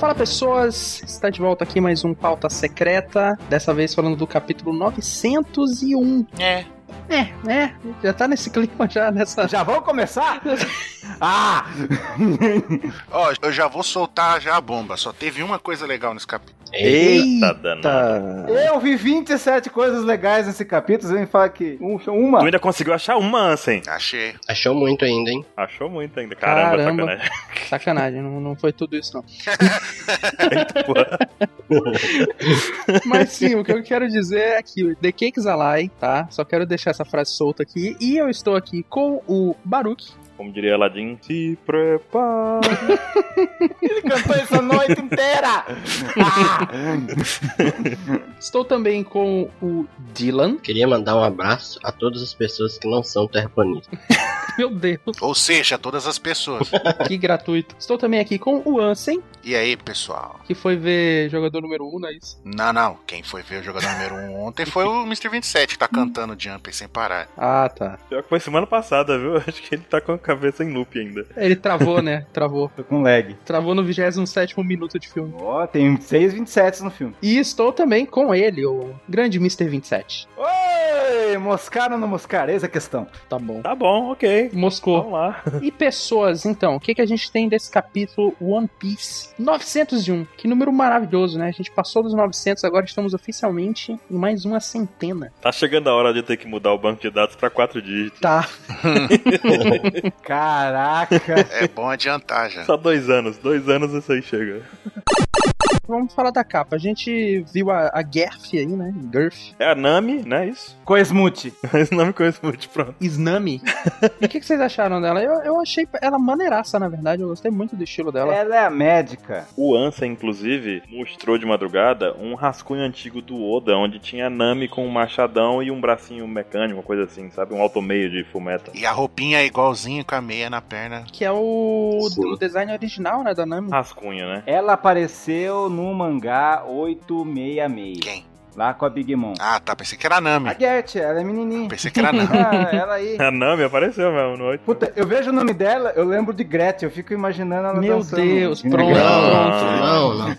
Fala pessoas, está de volta aqui mais um Pauta Secreta, dessa vez falando do capítulo 901. É. É, né? Já tá nesse clima já, nessa... Já vamos começar? ah! Ó, eu já vou soltar já a bomba, só teve uma coisa legal nesse capítulo. Eita, danado. Eu vi 27 coisas legais nesse capítulo, você vem falar que um, uma. Tu ainda conseguiu achar uma, Ansem. Achei. Achou muito ainda, hein? Achou muito ainda. Caramba, Caramba. sacanagem. Sacanagem, não, não foi tudo isso não. Eita, porra. Mas sim, o que eu quero dizer é que The Cakes Alive, tá? Só quero deixar essa frase solta aqui. E eu estou aqui com o Baruch. Como diria Aladdin, se prepara. Ele cantou isso a noite inteira! Ah! Estou também com o Dylan. Queria mandar um abraço a todas as pessoas que não são terraplanistas. Meu Deus, Ou seja, todas as pessoas. que gratuito. Estou também aqui com o Ansem, E aí, pessoal? que foi ver jogador número 1, não é isso? Não, não. Quem foi ver o jogador número 1 ontem foi o Mr. 27, que tá cantando Jumper sem parar. Ah, tá. Pior que foi semana passada, viu? Acho que ele tá com a cabeça em loop ainda. Ele travou, né? Travou. Tô com lag. Travou no 27 minuto de filme. Ó, tem 6 27 no filme. E estou também com ele, o grande Mr. 27. Oi! Moscaram ou não moscaram? Essa é a questão. Tá bom. Tá bom, ok. Moscou. Vamos lá. E pessoas, então, o que, que a gente tem desse capítulo One Piece 901? Que número maravilhoso, né? A gente passou dos 900, agora estamos oficialmente em mais uma centena. Tá chegando a hora de eu ter que mudar o banco de dados pra quatro dígitos. Tá. Caraca! É bom adiantar já. Só dois anos. Dois anos isso aí chega. Vamos falar da capa. A gente viu a, a Gerf aí, né? Gerf. É a Nami, né? Isso. Coesmute. Esse nome conheço muito, pronto. Snami. e o que, que vocês acharam dela? Eu, eu achei ela maneiraça, na verdade. Eu gostei muito do estilo dela. Ela é a médica. O Ansem, inclusive, mostrou de madrugada um rascunho antigo do Oda, onde tinha a Nami com um machadão e um bracinho mecânico, uma coisa assim, sabe? Um alto meio de fumeta. E a roupinha é igualzinho com a meia na perna. Que é o, Sim. o design original, né? Da Nami. Rascunho, né? Ela apareceu no mangá 866. Quem? Lá com a Big Mom. Ah, tá. Pensei que era a Nami. A Gert, ela é menininha. Pensei que era a Nami. Ah, ela aí. A Nami apareceu mesmo no 8. Puta, eu vejo o nome dela, eu lembro de Gretchen, eu fico imaginando ela Meu dançando. Deus, pronto, Não. pronto. Não, não.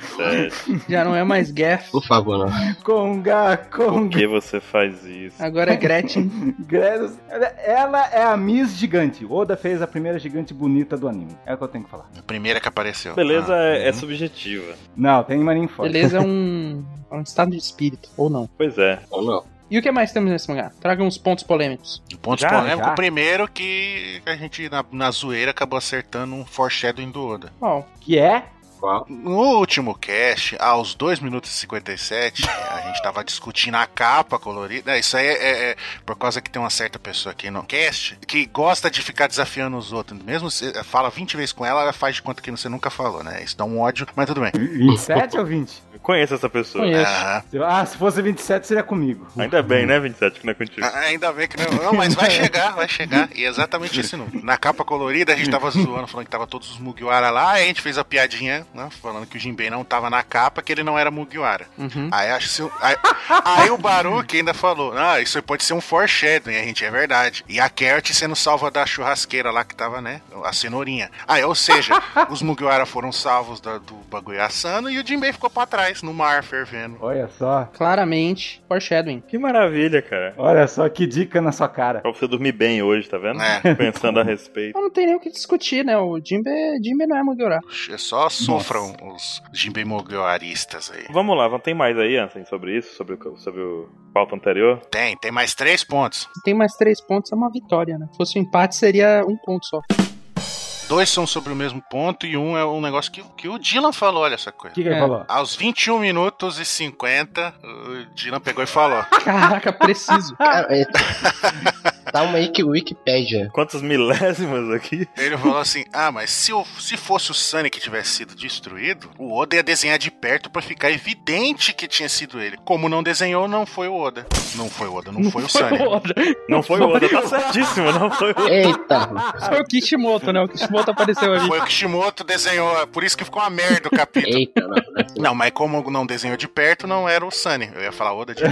Já não é mais Gerf. Por favor, não. Conga, Por Conga. que você faz isso? Agora é Gretchen. Gretchen. Ela, ela é a Miss Gigante. O Oda fez a primeira gigante bonita do anime. É o que eu tenho que falar. A primeira que apareceu. Beleza Ah, é, é uhum. subjetiva. Não, tem marinho forte. Beleza é um, é um estado de espírito, ou não. Pois é. Ou não. E o que mais temos nesse mangá? Traga uns pontos polêmicos. Pontos Já, polêmicos. já. É O primeiro que a gente, na, na zoeira, acabou acertando um foreshadowing do Oda. Ó, Que é? Qual? No último cast, aos 2 minutos e 57, a gente tava discutindo a capa colorida. É, Isso aí é, é- é por causa que tem uma certa pessoa aqui no cast que gosta de ficar desafiando os outros. Mesmo se eh, fala 20 vezes com ela, ela faz de conta que você nunca falou, né? Isso dá um ódio, mas tudo bem. 27 ou 20? Eu conheço essa pessoa. conheço. Aham. Se- Ah, se fosse 27 seria comigo. Ainda bem, né, 27, que não é contigo. A- Ah, Ainda bem que não, não, mas vai chegar, vai chegar. E é exatamente esse número. Na capa colorida, a gente tava zoando, falando que tava todos os Mugiwara lá, aí a gente fez a piadinha, né? Falando que o Jinbei não tava na capa, que ele não era Mugiwara. Uhum. Aí, acho que o- aí, aí o Baruque ainda falou: Ah, isso aí pode ser um foreshadowing, a gente é verdade. E a Kert sendo salva da churrasqueira lá que tava, né? A cenourinha. Aí, ou seja, os Mugiwara foram salvos da- do bagulho assando e o Jinbei ficou pra trás, no mar fervendo. Olha só. Claramente, foreshadowing. Que maravilha, cara. Olha só que dica na sua cara. Pra você dormir bem hoje, tá vendo? É. Pensando a respeito. Então não tem nem o que discutir, né? O Jimbe, Jimbe não é Mugiura. Só sofram os Jinbei Mugiwaristas aí. Vamos lá, tem mais aí, Ansem, sobre isso? Sobre o, sobre o pauta anterior? Tem, tem mais três pontos. Se tem mais três pontos, é uma vitória, né? Se fosse um empate, seria um ponto só. Dois são sobre o mesmo ponto e um é um negócio que, que o Dylan falou, olha essa O coisa. que, que ele É. falou? Aos 21 minutos e 50, o Dylan pegou e falou. Caraca, preciso. Cara, é- Tá uma aí que Wikipédia. Quantos milésimos aqui? Ele falou assim: Ah, mas se, o- se fosse o Sunny que tivesse sido destruído, o Oda ia desenhar de perto pra ficar evidente que tinha sido ele. Como não desenhou, não foi o Oda. Não foi o Oda, não, foi, o Sunny. Oda. Não foi o Oda, tá certíssimo, não foi o Eita! Foi o Kishimoto, né? O Kishimoto apareceu ali. Foi o Kishimoto desenhou, é por isso que ficou uma merda o capítulo. Eita, não. né? Não, mas como não desenhou de perto, não era o Sunny. Eu ia falar Oda de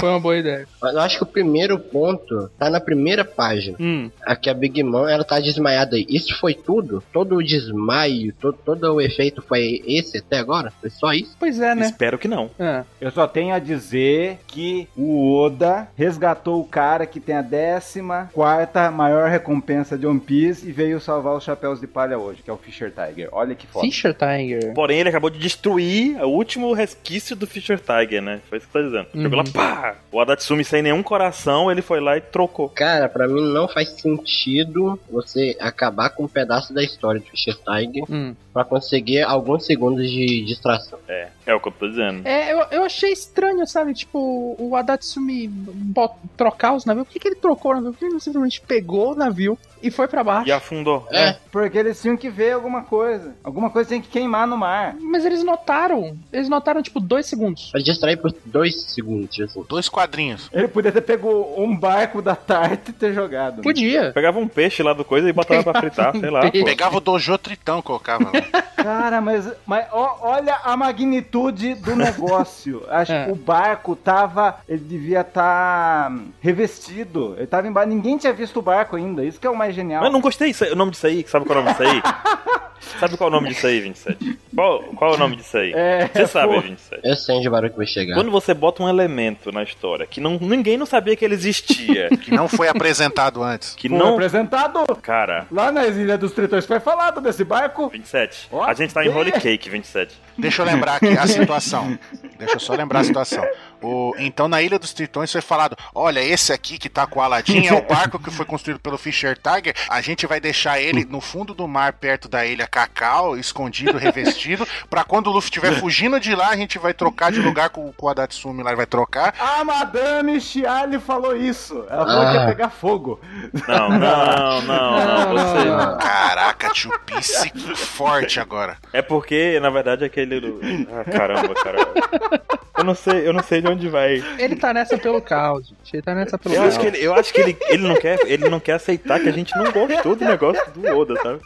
Foi uma boa ideia. Mas eu acho que o primeiro ponto tá na primeira página. Hum. Aqui a Big Mom, ela tá desmaiada aí. Isso foi tudo? Todo o desmaio, to- todo o efeito foi esse até agora? Foi só isso? Pois é, né? Espero que não. Ah, Eu só tenho a dizer que o Oda resgatou o cara que tem a décima quarta maior recompensa de One Piece e veio salvar os chapéus de palha hoje, que é o Fisher Tiger. Olha que foda. Fischer Tiger. Porém, ele acabou de destruir o último resquício do Fisher Tiger, né? Foi isso que tá dizendo. Jogou lá, Uhum. pá! O Adatsumi sem nenhum coração, ele foi lá e trocou. Cara, pra mim não faz sentido você acabar com um pedaço da história de Fischer Tiger Hum. pra conseguir alguns segundos de distração. É, é o que eu tô dizendo. É, eu, eu achei estranho, sabe? Tipo, o Adatsumi bot- trocar os navios. Por que, que ele trocou o navio? Por que ele não simplesmente pegou o navio e foi pra baixo? E afundou. É, Porque eles tinham que ver alguma coisa. Alguma coisa tinha que queimar no mar. Mas eles notaram. Eles notaram, tipo, dois segundos. pra distrair por dois segundos, assim. Dois quadrinhos. Ele podia ter pego um barco da Tarte e ter jogado. Podia. Pegava um peixe lá do coisa e botava pra fritar, sei lá. um peixe. Pô. Pegava o Dojo Tritão, colocava lá. Cara, mas, mas ó, olha a magnitude do negócio. Acho É. que o barco tava. Ele devia estar revestido. Ele tava embaixo. Ninguém tinha visto o barco ainda. Isso que é o mais genial. Mas não gostei. isso aí- O nome disso aí, sabe qual é o nome disso aí? sabe qual é o nome disso aí, 27? Qual, qual é o nome disso aí? É, Você sabe, pô. 27. Eu sei onde o barulho vai chegar. Quando você bota um elemento na história que não, ninguém não sabia que ele existia, que não foi apresentado antes. que Foi não. apresentado Cara, Um lá nas Ilhas dos Tritões. Foi falado desse barco. 27. Ó, A gente tá em que- Holy Cake, 27. Deixa eu lembrar aqui a situação. Deixa eu só lembrar a situação. O- então, na Ilha dos Tritões foi falado: olha, esse aqui que tá com a Aladdin é o barco que foi construído pelo Fischer Tiger. A gente vai deixar ele no fundo do mar, perto da ilha Cacau, escondido, revestido. Pra quando o Luffy estiver fugindo de lá, a gente vai trocar de lugar com, com o Adatsumi lá, ele vai trocar. A Madame Chiali falou isso. Ela falou que ia Ah. pegar fogo. Não, não, não, não. Você, Ah, Caraca, tio Pisse, que forte agora. É porque, na verdade, aquele. do- Ah, caramba, cara. Eu não sei, eu não sei de onde vai. Ele tá nessa pelo caos, gente. Ele tá nessa pelo Eu caos. acho que ele, eu acho que ele, ele não quer, ele não quer aceitar que a gente não gostou do negócio do Oda, sabe?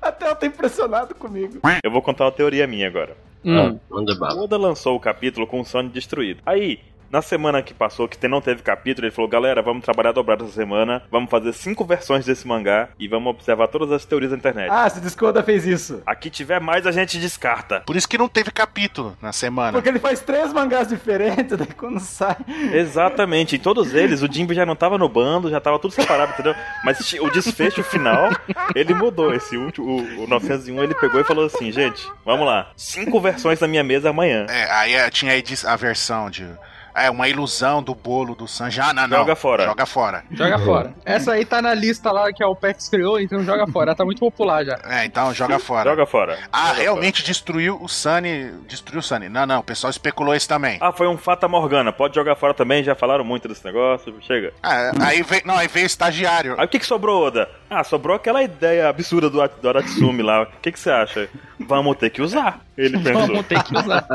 Até ela tá impressionado comigo. Eu vou contar uma teoria minha agora. Hum. Manda bala. O Oda lançou o capítulo com o Sonic destruído. Aí, na semana que passou, que te- não teve capítulo, ele falou: galera, vamos trabalhar dobrado essa semana, vamos fazer cinco versões desse mangá e vamos observar todas as teorias da internet. Ah, se diz que o Oda fez isso. Aqui tiver mais, a gente descarta. Por isso que não teve capítulo na semana. Porque ele faz três mangás diferentes, daí quando sai. Exatamente, em todos eles, o Jimby já não tava no bando, já tava tudo separado, entendeu? Mas ti- o desfecho final, ele mudou. Esse último, o, o 901, ele pegou e falou assim: gente, vamos lá, cinco versões na minha mesa amanhã. É, aí eh, tinha a edi- a versão de. É, uma ilusão do bolo do Sanji. Ah, não, não. Joga fora. Joga fora. Ah. Joga fora. Essa aí tá na lista lá que a OPEX criou, então joga fora. Ela tá muito popular já. É, então joga fora. Joga fora. Ah, Joga realmente destruiu o Sunny. Destruiu o Sunny. Não, não, o pessoal especulou isso também. Ah, foi um Fata Morgana. Pode jogar fora também, já falaram muito desse negócio. Chega. Ah, aí veio. Não, aí veio o estagiário. Aí o que, que sobrou, Oda? Ah, sobrou aquela ideia absurda do, do Aratsumi lá. O que, que você acha? Vamos ter que usar, ele pensou. Vamos ter que usar.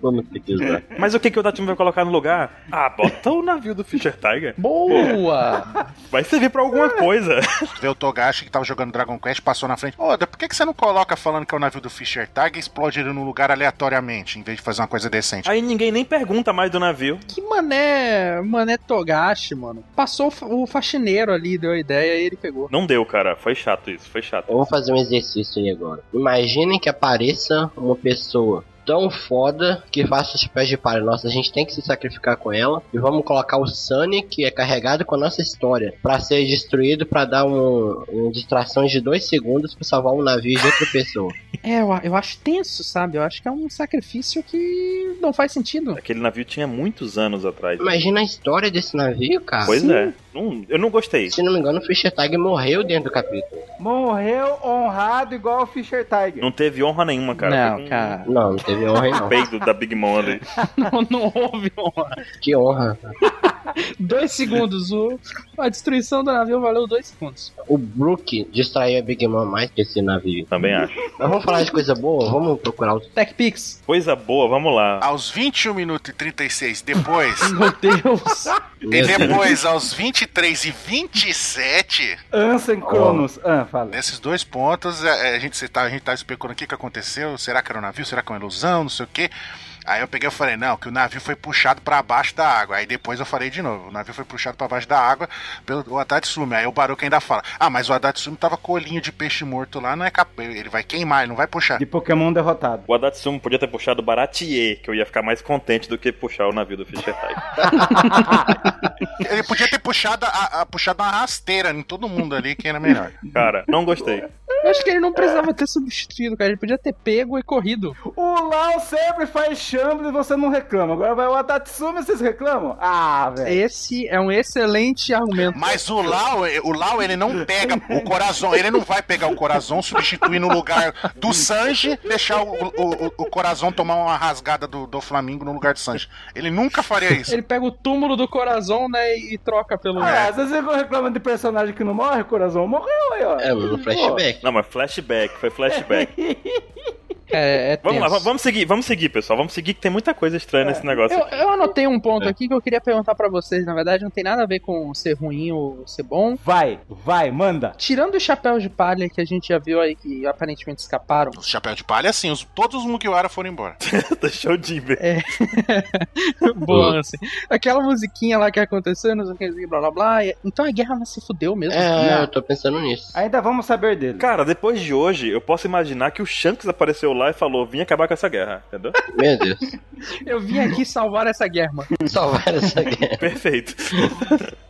Vamos ter que usar. Mas o que, que o Aratsumi vai colocar no lugar? Ah, bota o navio do Fischer Tiger. Boa! Vai servir pra alguma coisa. Veio o Togashi que tava jogando Dragon Quest, passou na frente. Oda, por que, que você não coloca falando que é o navio do Fischer Tiger e explode ele num lugar aleatoriamente, em vez de fazer uma coisa decente? Aí ninguém nem pergunta mais do navio. Que mané, mané Togashi, mano. Passou o fa- o faxineiro ali, deu a ideia e ele pegou. Não deu, cara. Foi chato isso, foi chato. Vamos fazer um exercício aí agora. Imaginem que apareça uma pessoa tão foda que faça os pés de palha. Nossa, a gente tem que se sacrificar com ela. E vamos colocar o Sunny, que é carregado com a nossa história, pra ser destruído, pra dar um, uma distração de dois segundos pra salvar um navio de outra pessoa. É, eu, a- eu acho tenso, sabe? Eu acho que é um sacrifício que não faz sentido. Aquele navio tinha muitos anos atrás. Imagina a história desse navio, cara. assim? Pois é. Não- eu não gostei. Se não me engano, o Fischer Tag morreu dentro do capítulo. Morreu honrado igual o Fisher Tiger. Não teve honra nenhuma, cara. Foi não, um cara. Não, não teve honra, não. Peido da Big Mom ali. Não, não houve honra. Que honra. Dois segundos. O, a destruição do navio valeu dois segundos. O Brook distraiu a Big Mom mais que esse navio. Também acho. Mas vamos falar de coisa boa? Vamos procurar o TechPix. Coisa boa, vamos lá. Aos 21 minutos e 36 depois. Meu Deus. e é depois, aos 23 e 27. Ansem Cronos. Ah, fala. Nesses dois pontos, é, é, a, gente, se tá, a gente tá especulando o que, que aconteceu, será que era um navio, será que é uma ilusão, não sei o quê. Aí eu peguei e falei, não, que o navio foi puxado pra baixo da água. Aí depois eu falei de novo, o navio foi puxado pra baixo da água pelo Adatsumi. Aí o Baruca ainda fala, ah, mas o Adatsumi tava com olhinho de peixe morto lá, não é cap... ele vai queimar, ele não vai puxar. De Pokémon derrotado. O Adatsumo podia ter puxado o Baratier, que eu ia ficar mais contente do que puxar o navio do Fischer Tiger. Ele podia ter puxado, a, a- puxado uma rasteira em todo mundo ali, que era melhor. Cara, não gostei. Eu acho que ele não precisava ter substituído, cara. Ele podia ter pego e corrido. O Lau sempre faz chambre e você não reclama. Agora vai o Atatsumi e vocês reclamam? Ah, velho. Esse é um excelente argumento. Mas o Lau, o Lau, ele não pega o Corazon, ele não vai pegar o Corazon, substituir no lugar do Sanji, deixar o, o, o- o Corazon tomar uma rasgada do, do Flamengo no lugar do Sanji. Ele nunca faria isso. Ele pega o túmulo do coração, né, e troca pelo. Ah, às vezes você reclama de personagem que não morre, coração morreu aí, ó. É, no flashback. Não, mas flashback, foi flashback. É, é Vamos lá, tenso. va- vamos seguir, vamos seguir, pessoal. Vamos seguir que tem muita coisa estranha nesse negócio. É. Eu, eu anotei um ponto aqui que eu queria perguntar pra vocês. Na verdade, não tem nada a ver com ser ruim ou ser bom. Vai, vai, manda. Tirando os chapéus de palha que a gente já viu aí que aparentemente escaparam. Os chapéu de palha, assim, os, todos os Mugiwara foram embora. Deixa o Jimber. Boa, assim. Aquela musiquinha lá que aconteceu, não sei o que, blá blá blá. E- Então a guerra não se fudeu mesmo. Assim, É, Não. eu tô pensando nisso. Ainda vamos saber dele. Cara, depois de hoje, eu posso imaginar que o Shanks apareceu lá e falou: vim acabar com essa guerra, entendeu? Meu Deus. ah, Eu vim aqui salvar essa guerra, mano. Salvar essa guerra. Perfeito.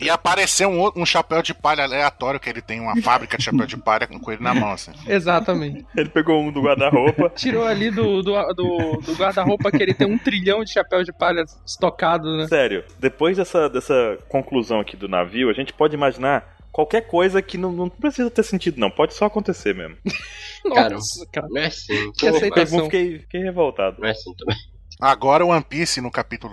E apareceu um, outro- um chapéu de palha aleatório, que ele tem uma fábrica de chapéu de palha com ele na mão, assim. Exatamente. Ele pegou um do guarda-roupa. Tirou ali do, do, do, do guarda-roupa que ele tem um trilhão de chapéus de palha estocado, né? Sério, depois dessa, dessa conclusão aqui do navio, a gente pode imaginar qualquer coisa que não, não precisa ter sentido, não. Pode só acontecer mesmo. Cara, Nossa, cara. Não é assim. Que Pô, aceitação. Eu fiquei, fiquei revoltado. Não é assim também. Agora o One Piece, no capítulo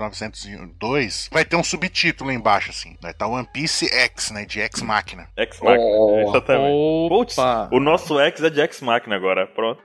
902, vai ter um subtítulo embaixo, assim. Vai estar One Piece X, né? De X Máquina. Ex Machina. Oh, né? exatamente. Putz, Opa! o nosso ex é de Ex Machina agora. Pronto.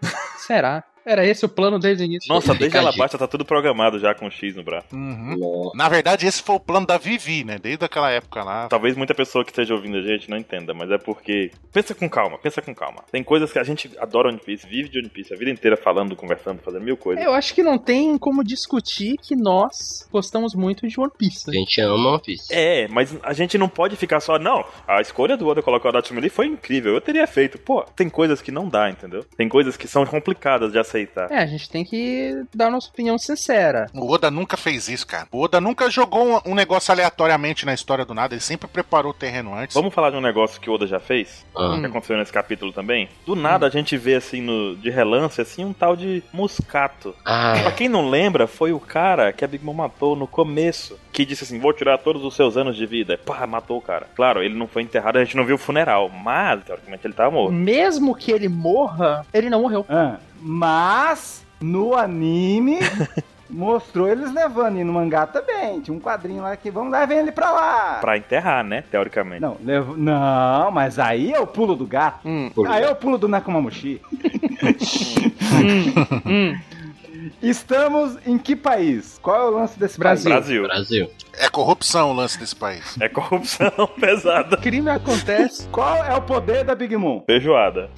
Será? Era esse o plano desde o início? Nossa, desde Fica a ela dica. basta, tá tudo programado já com um X no braço. Nossa. Na verdade, esse foi o plano da Vivi, né? Desde aquela época lá. Talvez muita pessoa que esteja ouvindo a gente não entenda, mas é porque. Pensa com calma, pensa com calma. Tem coisas que a gente adora One Piece, vive de One Piece a vida inteira falando, conversando, fazendo mil coisas. Eu acho que não tem como discutir que nós gostamos muito de One Piece. A né? gente ama One Piece. É, mas a gente não pode ficar só, não. A escolha do Oda colocar o Datsumi ali foi incrível. Eu teria feito. Pô, tem coisas que não dá, entendeu? Tem coisas que são complicadas de aceitar. É, a gente tem que dar nossa opinião sincera. O Oda nunca fez isso, cara. O Oda nunca jogou um, um negócio aleatoriamente na história do nada. Ele sempre preparou o terreno antes. Vamos falar de um negócio que o Oda já fez? Ah, Hum. Que aconteceu nesse capítulo também? Do nada a gente vê, assim, no- de relance, assim, um tal de Muscato. Pra É. ah, quem não lembra, foi o cara que a Big Mom matou no começo. Que disse assim: vou tirar todos os seus anos de vida. Pá, matou o cara. Claro, ele não foi enterrado, a gente não viu o funeral. Mas, teoricamente, ele tava morto. Mesmo que ele morra, ele não morreu. Ah, mas, no anime, mostrou eles levando. E no mangá também. Tinha um quadrinho lá que vamos lá, vem ele pra lá. Pra enterrar, né? Teoricamente. Não, levo... não, mas aí é o pulo do gato. Hum, pulo. Aí é o pulo do Nakamushi. hum. Estamos em que país? Qual é o lance desse Brasil. país? Brasil. Brasil. É corrupção o lance desse país. É corrupção pesada. Crime acontece, Qual é o poder da Big Mom? Feijoada.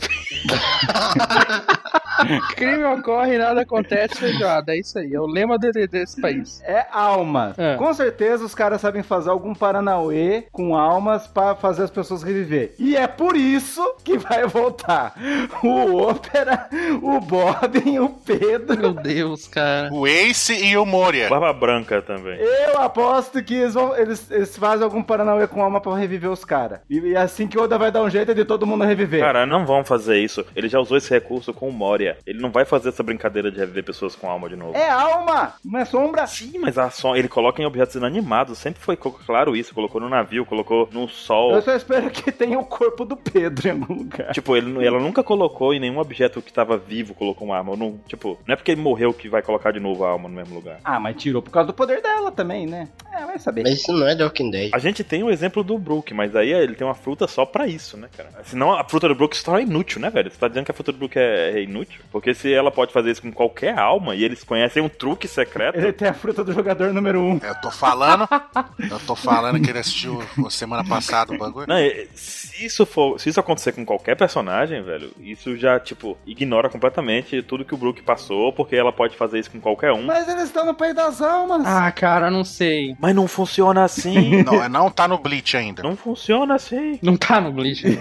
crime ocorre, nada acontece, feijoada. É isso aí, é o lema de- desse país. É almas. É. Com certeza os caras sabem fazer algum Paranauê com almas pra fazer as pessoas reviver. E é por isso que vai voltar o Ópera, o Bob, o Pedro. Meu Deus, cara. O Ace e o Moria. Barba branca também. É. Eu aposto que eles, vão, eles, eles fazem algum Paranauê com alma pra reviver os caras. E, e assim que o Oda vai dar um jeito é de todo mundo reviver. Cara, não vão fazer isso. Ele já usou esse recurso com o Moria. Ele não vai fazer essa brincadeira de reviver pessoas com alma de novo. É alma, não é sombra. Sim, mas a som, ele coloca em objetos inanimados. Sempre foi co- claro isso. Colocou no navio, colocou no sol. Eu só espero que tenha o corpo do Pedro em algum lugar. Tipo, ele- ela nunca colocou em nenhum objeto que tava vivo, colocou uma alma. Eu Não, tipo, não é porque ele morreu que vai colocar de novo a alma no mesmo lugar. Ah, mas tirou por causa do poder dela também, né? É, vai saber. Mas isso não é The Walking Dead. A gente tem o exemplo do Brook, mas aí ele tem uma fruta só pra isso, né, cara? Senão a fruta do Brook se torna inútil, né, velho? Você tá dizendo que a fruta do Brook é, é inútil? Porque se ela pode fazer isso com qualquer alma e eles conhecem um truque Ele secreto. tem a fruta do jogador número 1. Um. Eu tô falando, eu tô falando que ele assistiu semana passada o bagulho. Não, é- se isso for, se isso acontecer com qualquer personagem, velho, isso já tipo ignora completamente tudo que o Brook passou, porque ela pode fazer isso com qualquer um. Mas eles estão no País das Almas. Ah, cara, não sei. Mas não funciona assim. Não, não tá no Bleach ainda. não funciona assim. Não tá no Bleach.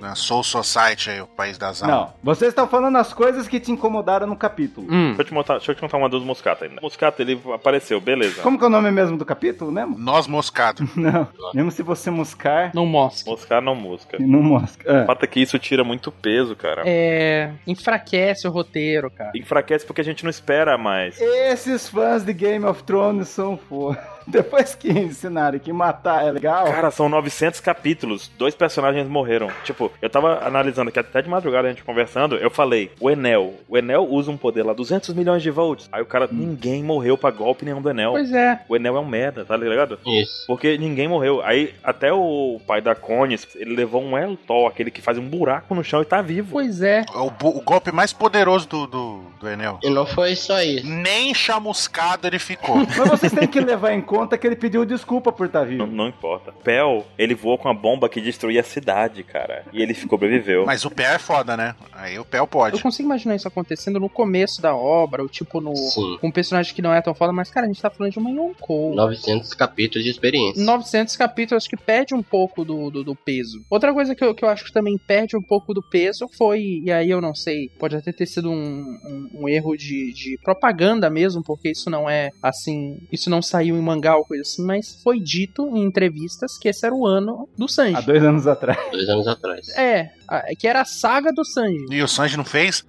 Né? Soul Society aí, o país das almas. Não, vocês estão falando as coisas que te incomodaram no capítulo. hum. Deixa eu te contar, deixa eu te contar uma dos Moscata ainda. Moscata, ele apareceu, beleza. Como que é o nome mesmo do capítulo mesmo? Nós moscado. Não. Mesmo se você moscar, Não mostra. Moscar não mosca. não mosca. O Ah, fato é que isso tira muito peso, cara. É. Enfraquece o roteiro, cara. Enfraquece porque a gente não espera mais. Esses fãs de Game of Thrones são foda. Depois que ensinaram que matar é legal. Cara, são 900 capítulos. Dois personagens morreram. Tipo, eu tava analisando aqui até de madrugada a gente conversando. Eu falei, o Enel. O Enel usa um poder lá, 200 milhões de volts. Aí o cara, ninguém morreu pra golpe nenhum do Hum. Enel. Pois é. O Enel é um merda, tá ligado? Isso. Porque ninguém morreu. Aí até o pai da Cones, ele levou um Eltol, aquele que faz um buraco no chão e tá vivo. Pois é. É O, bu- o golpe mais poderoso do, do, do Enel. E não foi só isso. Nem chamuscado ele ficou. Mas vocês têm que levar em conta que ele pediu desculpa por estar Não, vivo. não importa. Pel, ele voou com uma bomba que destruía a cidade, cara. E ele sobreviveu. Mas o pé é foda, né? Aí o pé Eu pode. consigo imaginar isso acontecendo no começo da obra, ou tipo no. Sim. com Um personagem que não é tão foda, mas, cara, a gente tá falando de uma Yonkou. 900 capítulos de experiência. 900 capítulos que perde um pouco do, do, do peso. Outra coisa que eu, que eu acho que também perde um pouco do peso foi, e aí eu não sei, pode até ter sido um, um, um erro de, de propaganda mesmo, porque isso não é assim, isso não saiu em mangá ou coisa assim, mas foi dito em entrevistas que esse era o ano do Há Sanji. dois anos atrás. Dois anos atrás. É, a- que era a saga do Sanji. E o Sanji não fez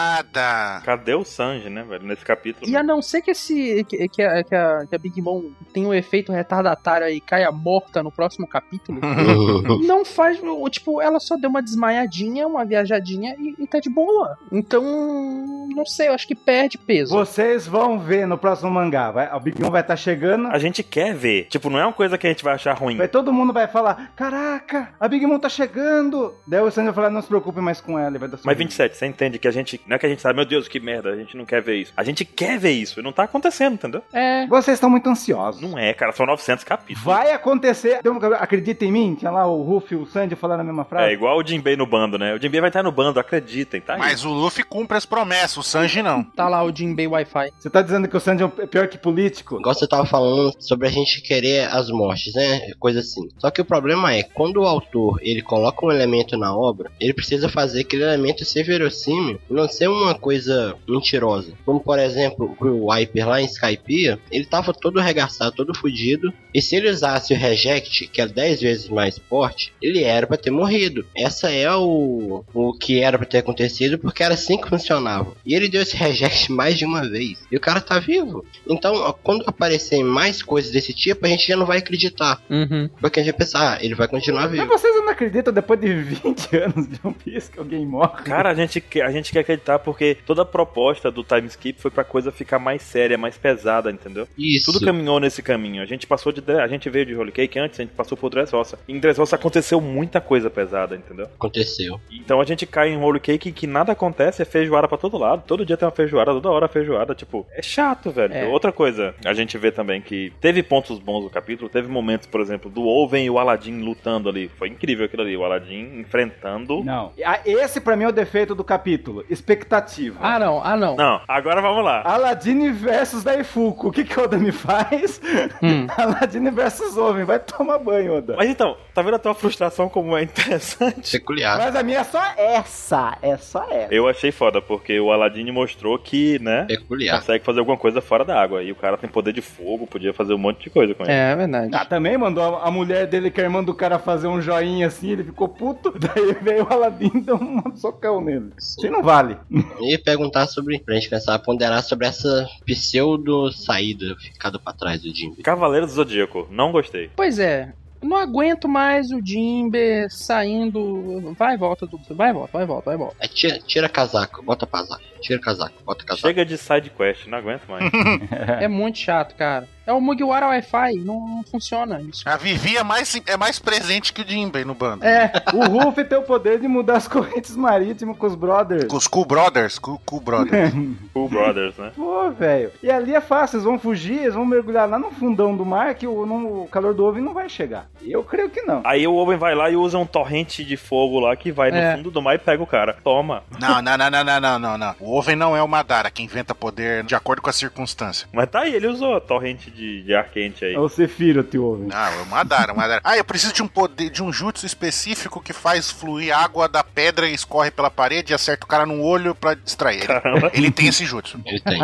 nada. Cadê o Sanji, né, velho? Nesse capítulo. E a não ser que esse que, que a, que a- que a Big Mom tenha um efeito retardatário aí e caia morta no próximo capítulo, É. não faz. o- Tipo, ela só deu uma desmaiadinha, uma viajadinha e, e tá de boa. Então, não sei, eu acho que perde peso. Vocês vão ver no próximo mangá. Vai, o Big Mom vai estar chegando. A gente quer ver. Tipo, não é uma coisa que a gente vai achar ruim. Vai, todo mundo vai falar: Caraca, a Big Mom tá chegando. Daí o Sanji vai falar: Não se preocupe mais com ela. Ele vai dar Mas sorriso. 27, você entende que a gente. Não é que a gente sabe, meu Deus, que merda, a gente não quer ver isso. A gente quer ver isso. E não tá acontecendo, entendeu? É. Vocês estão muito ansiosos. Não é, cara, são 900 capítulos. Vai acontecer. Tem um- Acredita em mim? Tinha lá o Ruff e o Sandy falando a mesma É frase. igual o Jinbei no bando, né? O Jinbei vai estar no bando, acreditem, tá? aí. Mas o Luffy cumpre as promessas, o Sanji não. Tá lá o Jinbei Wi-Fi. Você tá dizendo que o Sandy é um- é pior que político? Igual você tava falando sobre a gente querer as mortes, né? Coisa assim. Só que o problema é, quando o autor ele coloca um elemento na obra, ele precisa fazer aquele elemento ser verossímil e não ser uma coisa mentirosa. Como por exemplo, o Wiper lá em Skypiea, ele tava todo arregaçado, todo fudido. E se ele usasse o Reject, que é 10 vezes mais forte, ele era pra ter morrido. Essa é o, o que era pra ter acontecido, porque era assim que funcionava. E ele deu esse Reject mais de uma vez. E o cara tá vivo. Então, ó, quando aparecerem mais coisas desse tipo, a gente já não vai acreditar. Uhum. Porque a gente vai pensar, ah, ele vai continuar Mas vivo. vocês não acreditam depois de 20 anos de One Piece que alguém morre? Cara, a gente, quer, a gente quer acreditar porque toda a proposta do time skip foi pra coisa ficar mais séria, mais pesada, entendeu? Isso. Tudo caminhou nesse caminho. A gente passou de. A gente veio de Holy Cake antes, a gente passou por Dressrosa. Em Dressrosa aconteceu muita coisa pesada, entendeu? aconteceu. Então a gente cai em um Holy Cake em que nada acontece, é feijoada pra todo lado. Todo dia tem uma feijoada, toda hora é feijoada. Tipo, é chato, velho. É. Outra coisa, a gente vê também que teve pontos bons no capítulo. Teve momentos, por exemplo, do Oven e o Aladdin lutando ali. Foi incrível aquilo ali. O Aladdin enfrentando. Não. Ah, Esse pra mim é o defeito do capítulo. Expectativa. Ah, não, ah, não. Não, agora vamos lá. Aladine versus Daifuku. O que que Oda me faz? Hum. Aladine versus Oven. Vai tomar banho, Oda. Mas então, tá vendo a tua frustração como é interessante? Peculiar. Mas a minha é só essa. É só essa. Eu achei foda, porque o Aladdin mostrou que, né, Peculiar. consegue fazer alguma coisa fora da água. E o cara tem poder de fogo, podia fazer um monte de coisa com ele. É, é verdade. Ah, também mandou a a mulher dele, que é a irmã do cara, fazer um joinha assim, ele ficou puto. Daí veio o Aladdin e deu um socão nele. Isso aí não vale. E perguntar sobre, pra gente pensar, ponderar sobre essa pseudo saída ficada pra trás do Jimmy. Cavaleiro do Zodíaco, não gostei. Pois é. Não aguento mais o Jinbe saindo. Vai e volta do. Vai e volta, vai e volta, vai e volta. É, tira, tira casaco, bota casaco. Tira o casaco, bota o casaco. Chega de side quest, não aguento mais. É muito chato, cara. É o Mugiwara Wi-Fi, não, não funciona isso. A Vivi é mais, é mais presente que o Jinbei no bando. É, O Ruff tem o poder de mudar as correntes marítimas com os brothers. Com os Cool Brothers, Cool, cool Brothers. Cool Brothers, né? Pô, velho. E ali é fácil, eles vão fugir, eles vão mergulhar lá no fundão do mar que o, não- o calor do ovo não vai chegar. Eu creio que não. Aí o Owen vai lá e usa um torrente de fogo lá que vai no É. fundo do mar e pega o cara. Toma. não, não, não, não, não, não, não, não. O Oven não é o Madara, que inventa poder de acordo com a circunstância. Mas tá aí, ele usou a torrente de, de ar quente aí. É o Cefiro, tio ovo. Ah, é o Madara, o Madara. Ah, eu preciso de um poder, de um jutsu específico que faz fluir água da pedra e escorre pela parede e acerta o cara no olho pra distrair. Ele, ele tem esse jutsu. Ele tem.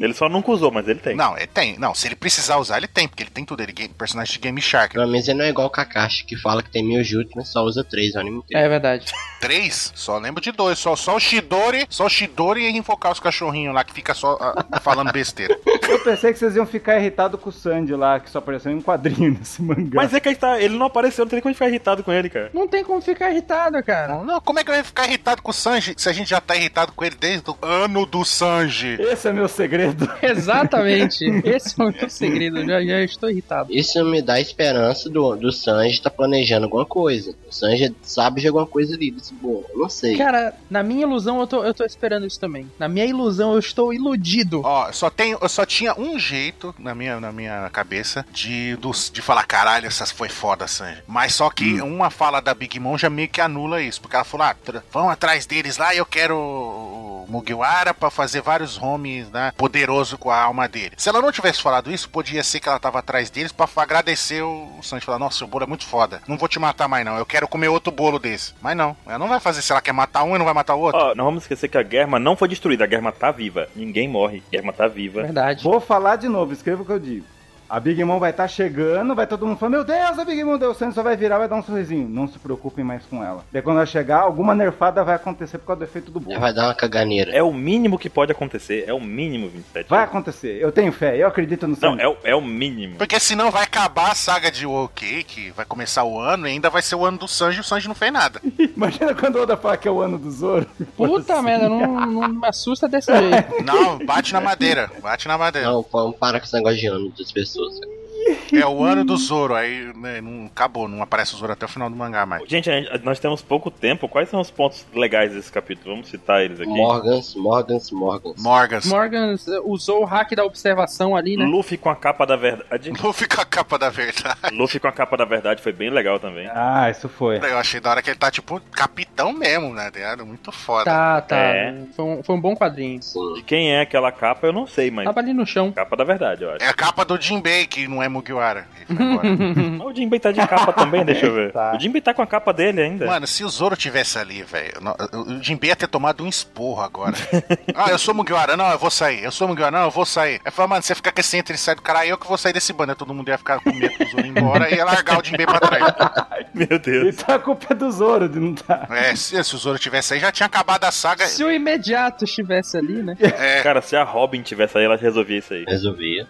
Ele só nunca usou, mas ele tem. Não, ele tem. Não, se ele precisar usar, ele tem, porque ele tem tudo. Ele é personagem de Game Shark. Pelo menos ele não é igual o Kakashi, que fala que tem mil jutsu, mas só usa três o anime inteiro. é verdade. Três? Só lembro de dois. Só, só o Shidori, só o Shidori e invocar os cachorrinhos lá que fica só ah, falando besteira. Eu pensei que vocês iam ficar irritados com o Sandy lá, que só apareceu em um quadrinho nesse mangá. Mas é que aí tá, ele não apareceu, não tem como ficar irritado com ele, cara. Não tem como ficar irritado, cara. Não, como é que eu ia ficar irritado com o Sanji se a gente já tá irritado com ele desde o ano do Sanji? Esse é meu segredo. Exatamente. Esse é o meu segredo. Eu já, já estou irritado. Isso me dá esperança do, do Sanji tá planejando alguma coisa. O Sanji sabe de alguma coisa ali. Disse, bom, eu não sei. Cara, na minha ilusão eu tô, eu tô esperando isso também. Na minha ilusão eu estou iludido. Ó, só tem, eu só tinha um jeito na minha, na minha cabeça de, dos- de falar, caralho, essa foi foda, Sanji. Mas só que uma fala da Big Mom já meio que anula isso, porque ela falou, ah, tra- vão atrás deles lá, eu quero o Mugiwara pra fazer vários homes, né, poderoso com a alma dele. Se ela não tivesse falado isso, podia ser que ela tava atrás deles pra fa- agradecer o Sanji, falar, nossa, seu bolo é muito foda, não vou te matar mais não, eu quero comer outro bolo desse. Mas não, ela não vai fazer, se ela quer matar um e não vai matar o outro. Ó, não vamos esquecer que a Germa não foi destruída, a Germa tá viva. Ninguém morre, a Germa tá viva. Verdade. Vou falar de novo, escreva o que eu digo. A Big Mom vai estar chegando, vai todo mundo falar, meu Deus, a Big Mom deu sangue, só vai virar, vai dar um sorrisinho. Não se preocupem mais com ela. Daí quando ela chegar, alguma nerfada vai acontecer por causa do efeito do Ele bolo. Né, vai dar uma caganeira. É o mínimo que pode acontecer, é o mínimo 27. Vai acontecer, eu tenho fé, eu acredito no Não, sangue. é o, é o mínimo. Porque senão vai acabar a saga de Whole Cake, vai começar o ano e ainda vai ser o ano do Sanji e o Sanji não fez nada. Imagina quando o Oda fala que é o ano do Zoro. Puta merda, não, não me assusta desse jeito. Não, bate na madeira, bate na madeira. Não, vamos parar com esse negócio de ano das pessoas. cara. É o ano do Zoro, aí né, não, acabou, não aparece o Zoro até o final do mangá mais. Gente, a gente- nós temos pouco tempo. Quais são os pontos legais desse capítulo? Vamos citar eles aqui. Morgans, Morgans, Morgans. Morgans. Morgan usou o hack da observação ali, né? Luffy com a capa da verdade. Vou ficar a capa da verdade. Luffy com a capa da verdade foi bem legal também. Ah, isso foi. Eu achei da hora que ele tá tipo capitão mesmo, né? Era muito foda. Tá, tá. É. Foi, um, foi um bom quadrinho. Sim. De quem é aquela capa, eu não sei, mas. Tava ali no chão. Capa da verdade, eu acho. É a capa do Jinbei, que não é Mugiwara. Ele foi embora. Mas o Jinbei tá de capa também, deixa eu ver. Tá. O Jinbei tá com a capa dele ainda. Mano, se o Zoro tivesse ali, velho, no- o Jinbei ia ter tomado um esporro agora. ah, eu sou Mugiwara, não, eu vou sair. Eu sou Mugiwara, não, eu vou sair. Aí fala, mano, você fica com esse entre e sai do cara, eu que vou sair desse bando. Aí todo mundo ia ficar com medo do Zoro ir embora e ia largar o Jinbei pra trás. Meu Deus. Isso é a culpa do Zoro de não tá. É, se, se o Zoro tivesse aí, já tinha acabado a saga. Se o imediato estivesse ali, né? É, Cara, se a Robin tivesse aí, ela resolvia isso aí. Resolvia.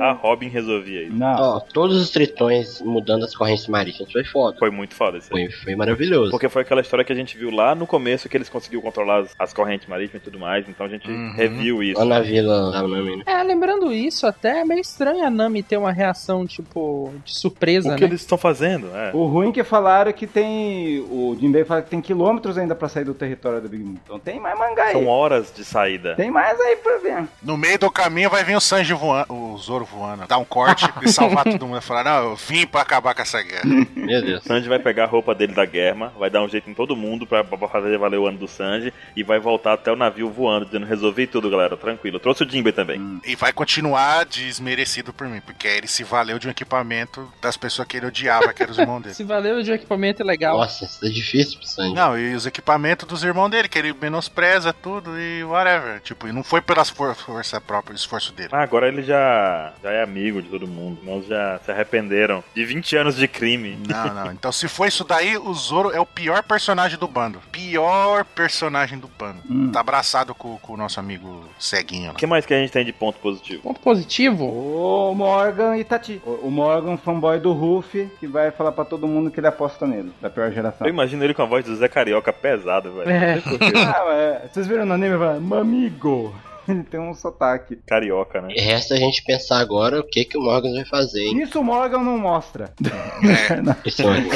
A Robin resolvia isso. Não. Ó, todos os tritões mudando as correntes marítimas foi foda. Foi muito foda isso aí. Foi, foi maravilhoso. Porque foi aquela história que a gente viu lá no começo que eles conseguiu controlar as, as correntes marítimas e tudo mais, então a gente Uhum. reviu isso. Lá na vila da Nami, né? É, lembrando isso, até é meio estranho a Nami ter uma reação, tipo, de surpresa, O que né? eles estão fazendo? É. O ruim que falaram que tem. O Jinbei fala que tem quilômetros ainda pra sair do território da Big Mom. Então tem mais mangá aí. São horas de saída. Tem mais aí pra ver. no meio do caminho vai vir o Sanji voando, o Zoro voando, dar um corte e salvar todo mundo. Falar, não, eu vim pra acabar com essa guerra. Meu Deus. Sanji vai pegar a roupa dele da Germa, vai dar um jeito em todo mundo pra, pra fazer valer o ano do Sanji e vai voltar até o navio voando, dizendo: resolvi tudo, galera, tranquilo. Eu trouxe o Jinbe também. E vai continuar desmerecido por mim, porque ele se valeu de um equipamento das pessoas que ele odiava, que eram os irmãos dele. Se valeu de equipamento é legal. Nossa, isso é difícil pro Sanji. Não, e os equipamentos dos irmãos dele, que ele menospreza tudo e whatever. Tipo, e não foi pelas for força própria, esforço dele. Ah, agora ele já já é amigo de todo mundo. Nós já se arrependeram de 20 anos de crime. Não, não. Então, se for isso daí, o Zoro é o pior personagem do bando. Pior personagem do bando. Hum. Tá abraçado com, com o nosso amigo ceguinho O lá. que mais que a gente tem de ponto positivo? Ponto positivo? O Morgan e Tati. O o Morgan, fanboy do Ruff, que vai falar pra todo mundo que ele aposta nele, da pior geração. Eu imagino ele com a voz do Zé Carioca pesada, velho. É. Ah, mas vocês viram no anime? Fala, Mamigo. Ele tem um sotaque. Carioca, né? E resta a gente pensar agora o que, que o Morgan vai fazer, hein? Isso o Morgan não mostra. Esse ônibus.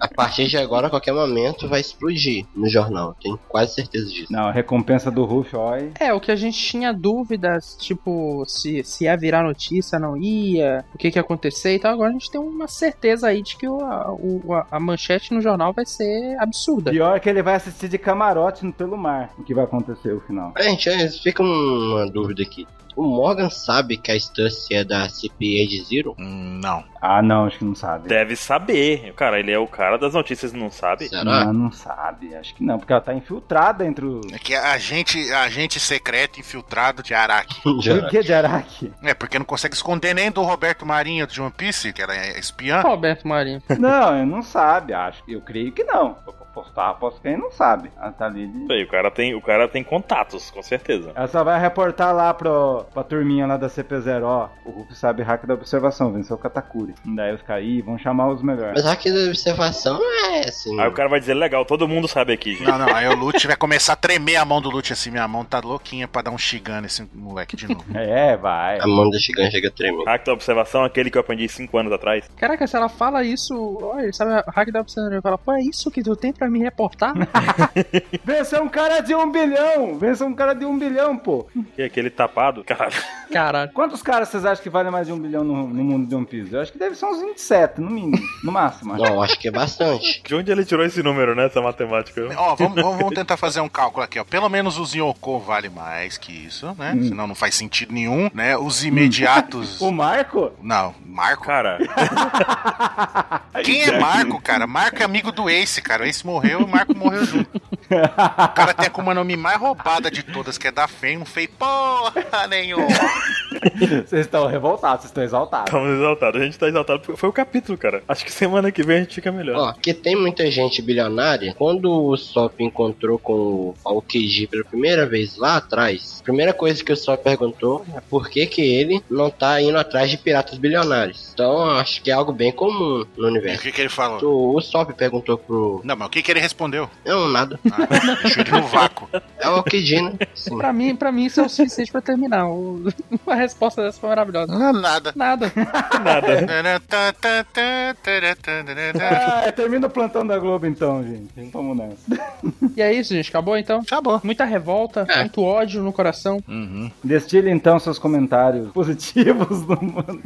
a partir de agora, a qualquer momento, vai explodir no jornal. Tenho quase certeza disso. Não, a recompensa do Ruff, olha. É, o que a gente tinha dúvidas, tipo, se, se ia virar notícia, não ia, o que que ia acontecer e tal, agora a gente tem uma certeza aí de que o, a, o- a- a manchete no jornal vai ser absurda. Pior que ele vai assistir de camarote pelo mar. O que vai acontecer no final? Gente, é, fica uma dúvida aqui. O Morgan sabe que a Stussy é da CPA de Zero? Hum, Não. Ah, não, acho que não sabe. Deve saber. Cara, ele é o cara das notícias, não sabe? Será? Não, Ah, não sabe. Acho que não, porque ela tá infiltrada entre o. É que a gente, a gente secreto infiltrado de Araki. Por Já. que de Araki? É, porque não consegue esconder nem do Roberto Marinho de One Piece, que era espiã. Roberto Marinho. não, eu não sabe, acho. Eu creio que não. Eu vou postar, aposto que ele não sabe. Ela tá ali de. Bem, o cara tem, o cara tem contatos, com certeza. Ela só vai reportar lá pro, pra turminha lá da CP0, ó. O Ruff sabe hack da observação, venceu o Katakuri. Daí os caras, "Ih, vão chamar os melhores. Mas a que da observação é assim. Aí o cara vai dizer, legal, todo mundo sabe aqui, gente. Não, não, aí o Lute vai começar a tremer a mão do Lute assim, minha mão tá louquinha pra dar um xingando nesse moleque de novo. É, vai. A mão do gigante chega a tremer. Hack da observação, aquele que eu aprendi cinco anos atrás. Caraca, se ela fala isso, olha, sabe, a Hack da Observação fala, pô, é isso que tu tem pra me reportar? Venceu um cara de um bilhão! Venceu um cara de um bilhão, pô! E aquele tapado, cara, Caralho. Quantos caras vocês acham que valem mais de um bilhão no, no mundo de One Piece? Eu acho que deve ser uns 27, no mínimo. No máximo, acho. Não, acho que é bastante. de onde ele tirou esse número, né? Essa matemática. Ó, vamos, vamos- vamos tentar fazer um cálculo aqui, ó. Pelo menos os Yoko vale mais que isso, né? Hum. Senão não faz sentido nenhum, né? Os imediatos. O Marco? Não, Marco. Cara, Quem é Marco, cara? Marco é amigo do Ace, cara. O Ace morreu e o Marco morreu junto. O cara tem a Kuma no Mi mais roubada de todas, que é da Fen, não fez porra nenhuma. Vocês estão revoltados, vocês estão exaltados. estamos exaltados. A gente tá exaltado porque foi o capítulo, cara. Acho que semana que vem a gente fica melhor. Ó, que tem muita gente bilionária. Quando o Sop encontrou com o Aokiji pela primeira vez lá atrás, a primeira coisa que o Sop perguntou é por que, que ele não tá indo atrás de piratas bilionários. Então acho que é algo bem comum E o no universo. que, que ele falou? O, o Sop perguntou pro. Não, mas o que, que ele respondeu? Não, nada. Ah, deixou ele no vácuo. É o Aokiji, né? Sim. Pra mim, pra mim isso é o suficiente pra terminar. O- A resposta dessa foi maravilhosa. Ah, nada. Nada. Nada. Ah, termina o plantão da Globo então, gente. Vamos nessa. E é isso, gente. Acabou então? Acabou. Muita revolta, É. muito ódio no coração. Uhum. Destile então seus comentários positivos do mundo.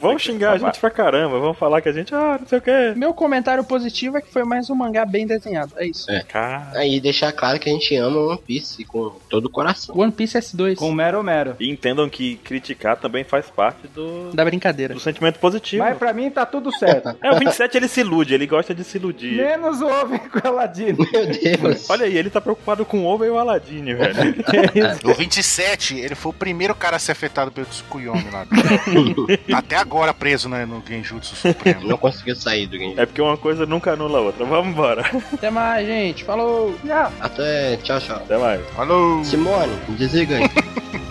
Vamos xingar a gente pra caramba. Vamos falar que a gente, ah, não sei o quê. Meu comentário positivo é que foi mais um mangá bem desenhado. É isso. É. Cara. Aí deixar claro que a gente ama One Piece com todo o coração. One Piece S2. Com mero mero. E entendam que criticar também faz parte do, Da brincadeira. do sentimento positivo. Mas pra mim tá tudo certo. É, o 27 ele se ilude, ele gosta de se iludir. Menos o Oven com o Aladino. Meu Deus. Olha aí, ele tá preocupado com o Ovo e o Aladine, velho. O 27, ele foi o primeiro cara a ser afetado pelo Tsukuyomi lá. Tá Até agora preso né, no Genjutsu Supremo. Não conseguiu sair do game. É porque uma coisa nunca anula a outra. Vamos embora. Até mais, gente. Falou! Ah, Até tchau, tchau. Até mais. Falou! Simone, desliga aí.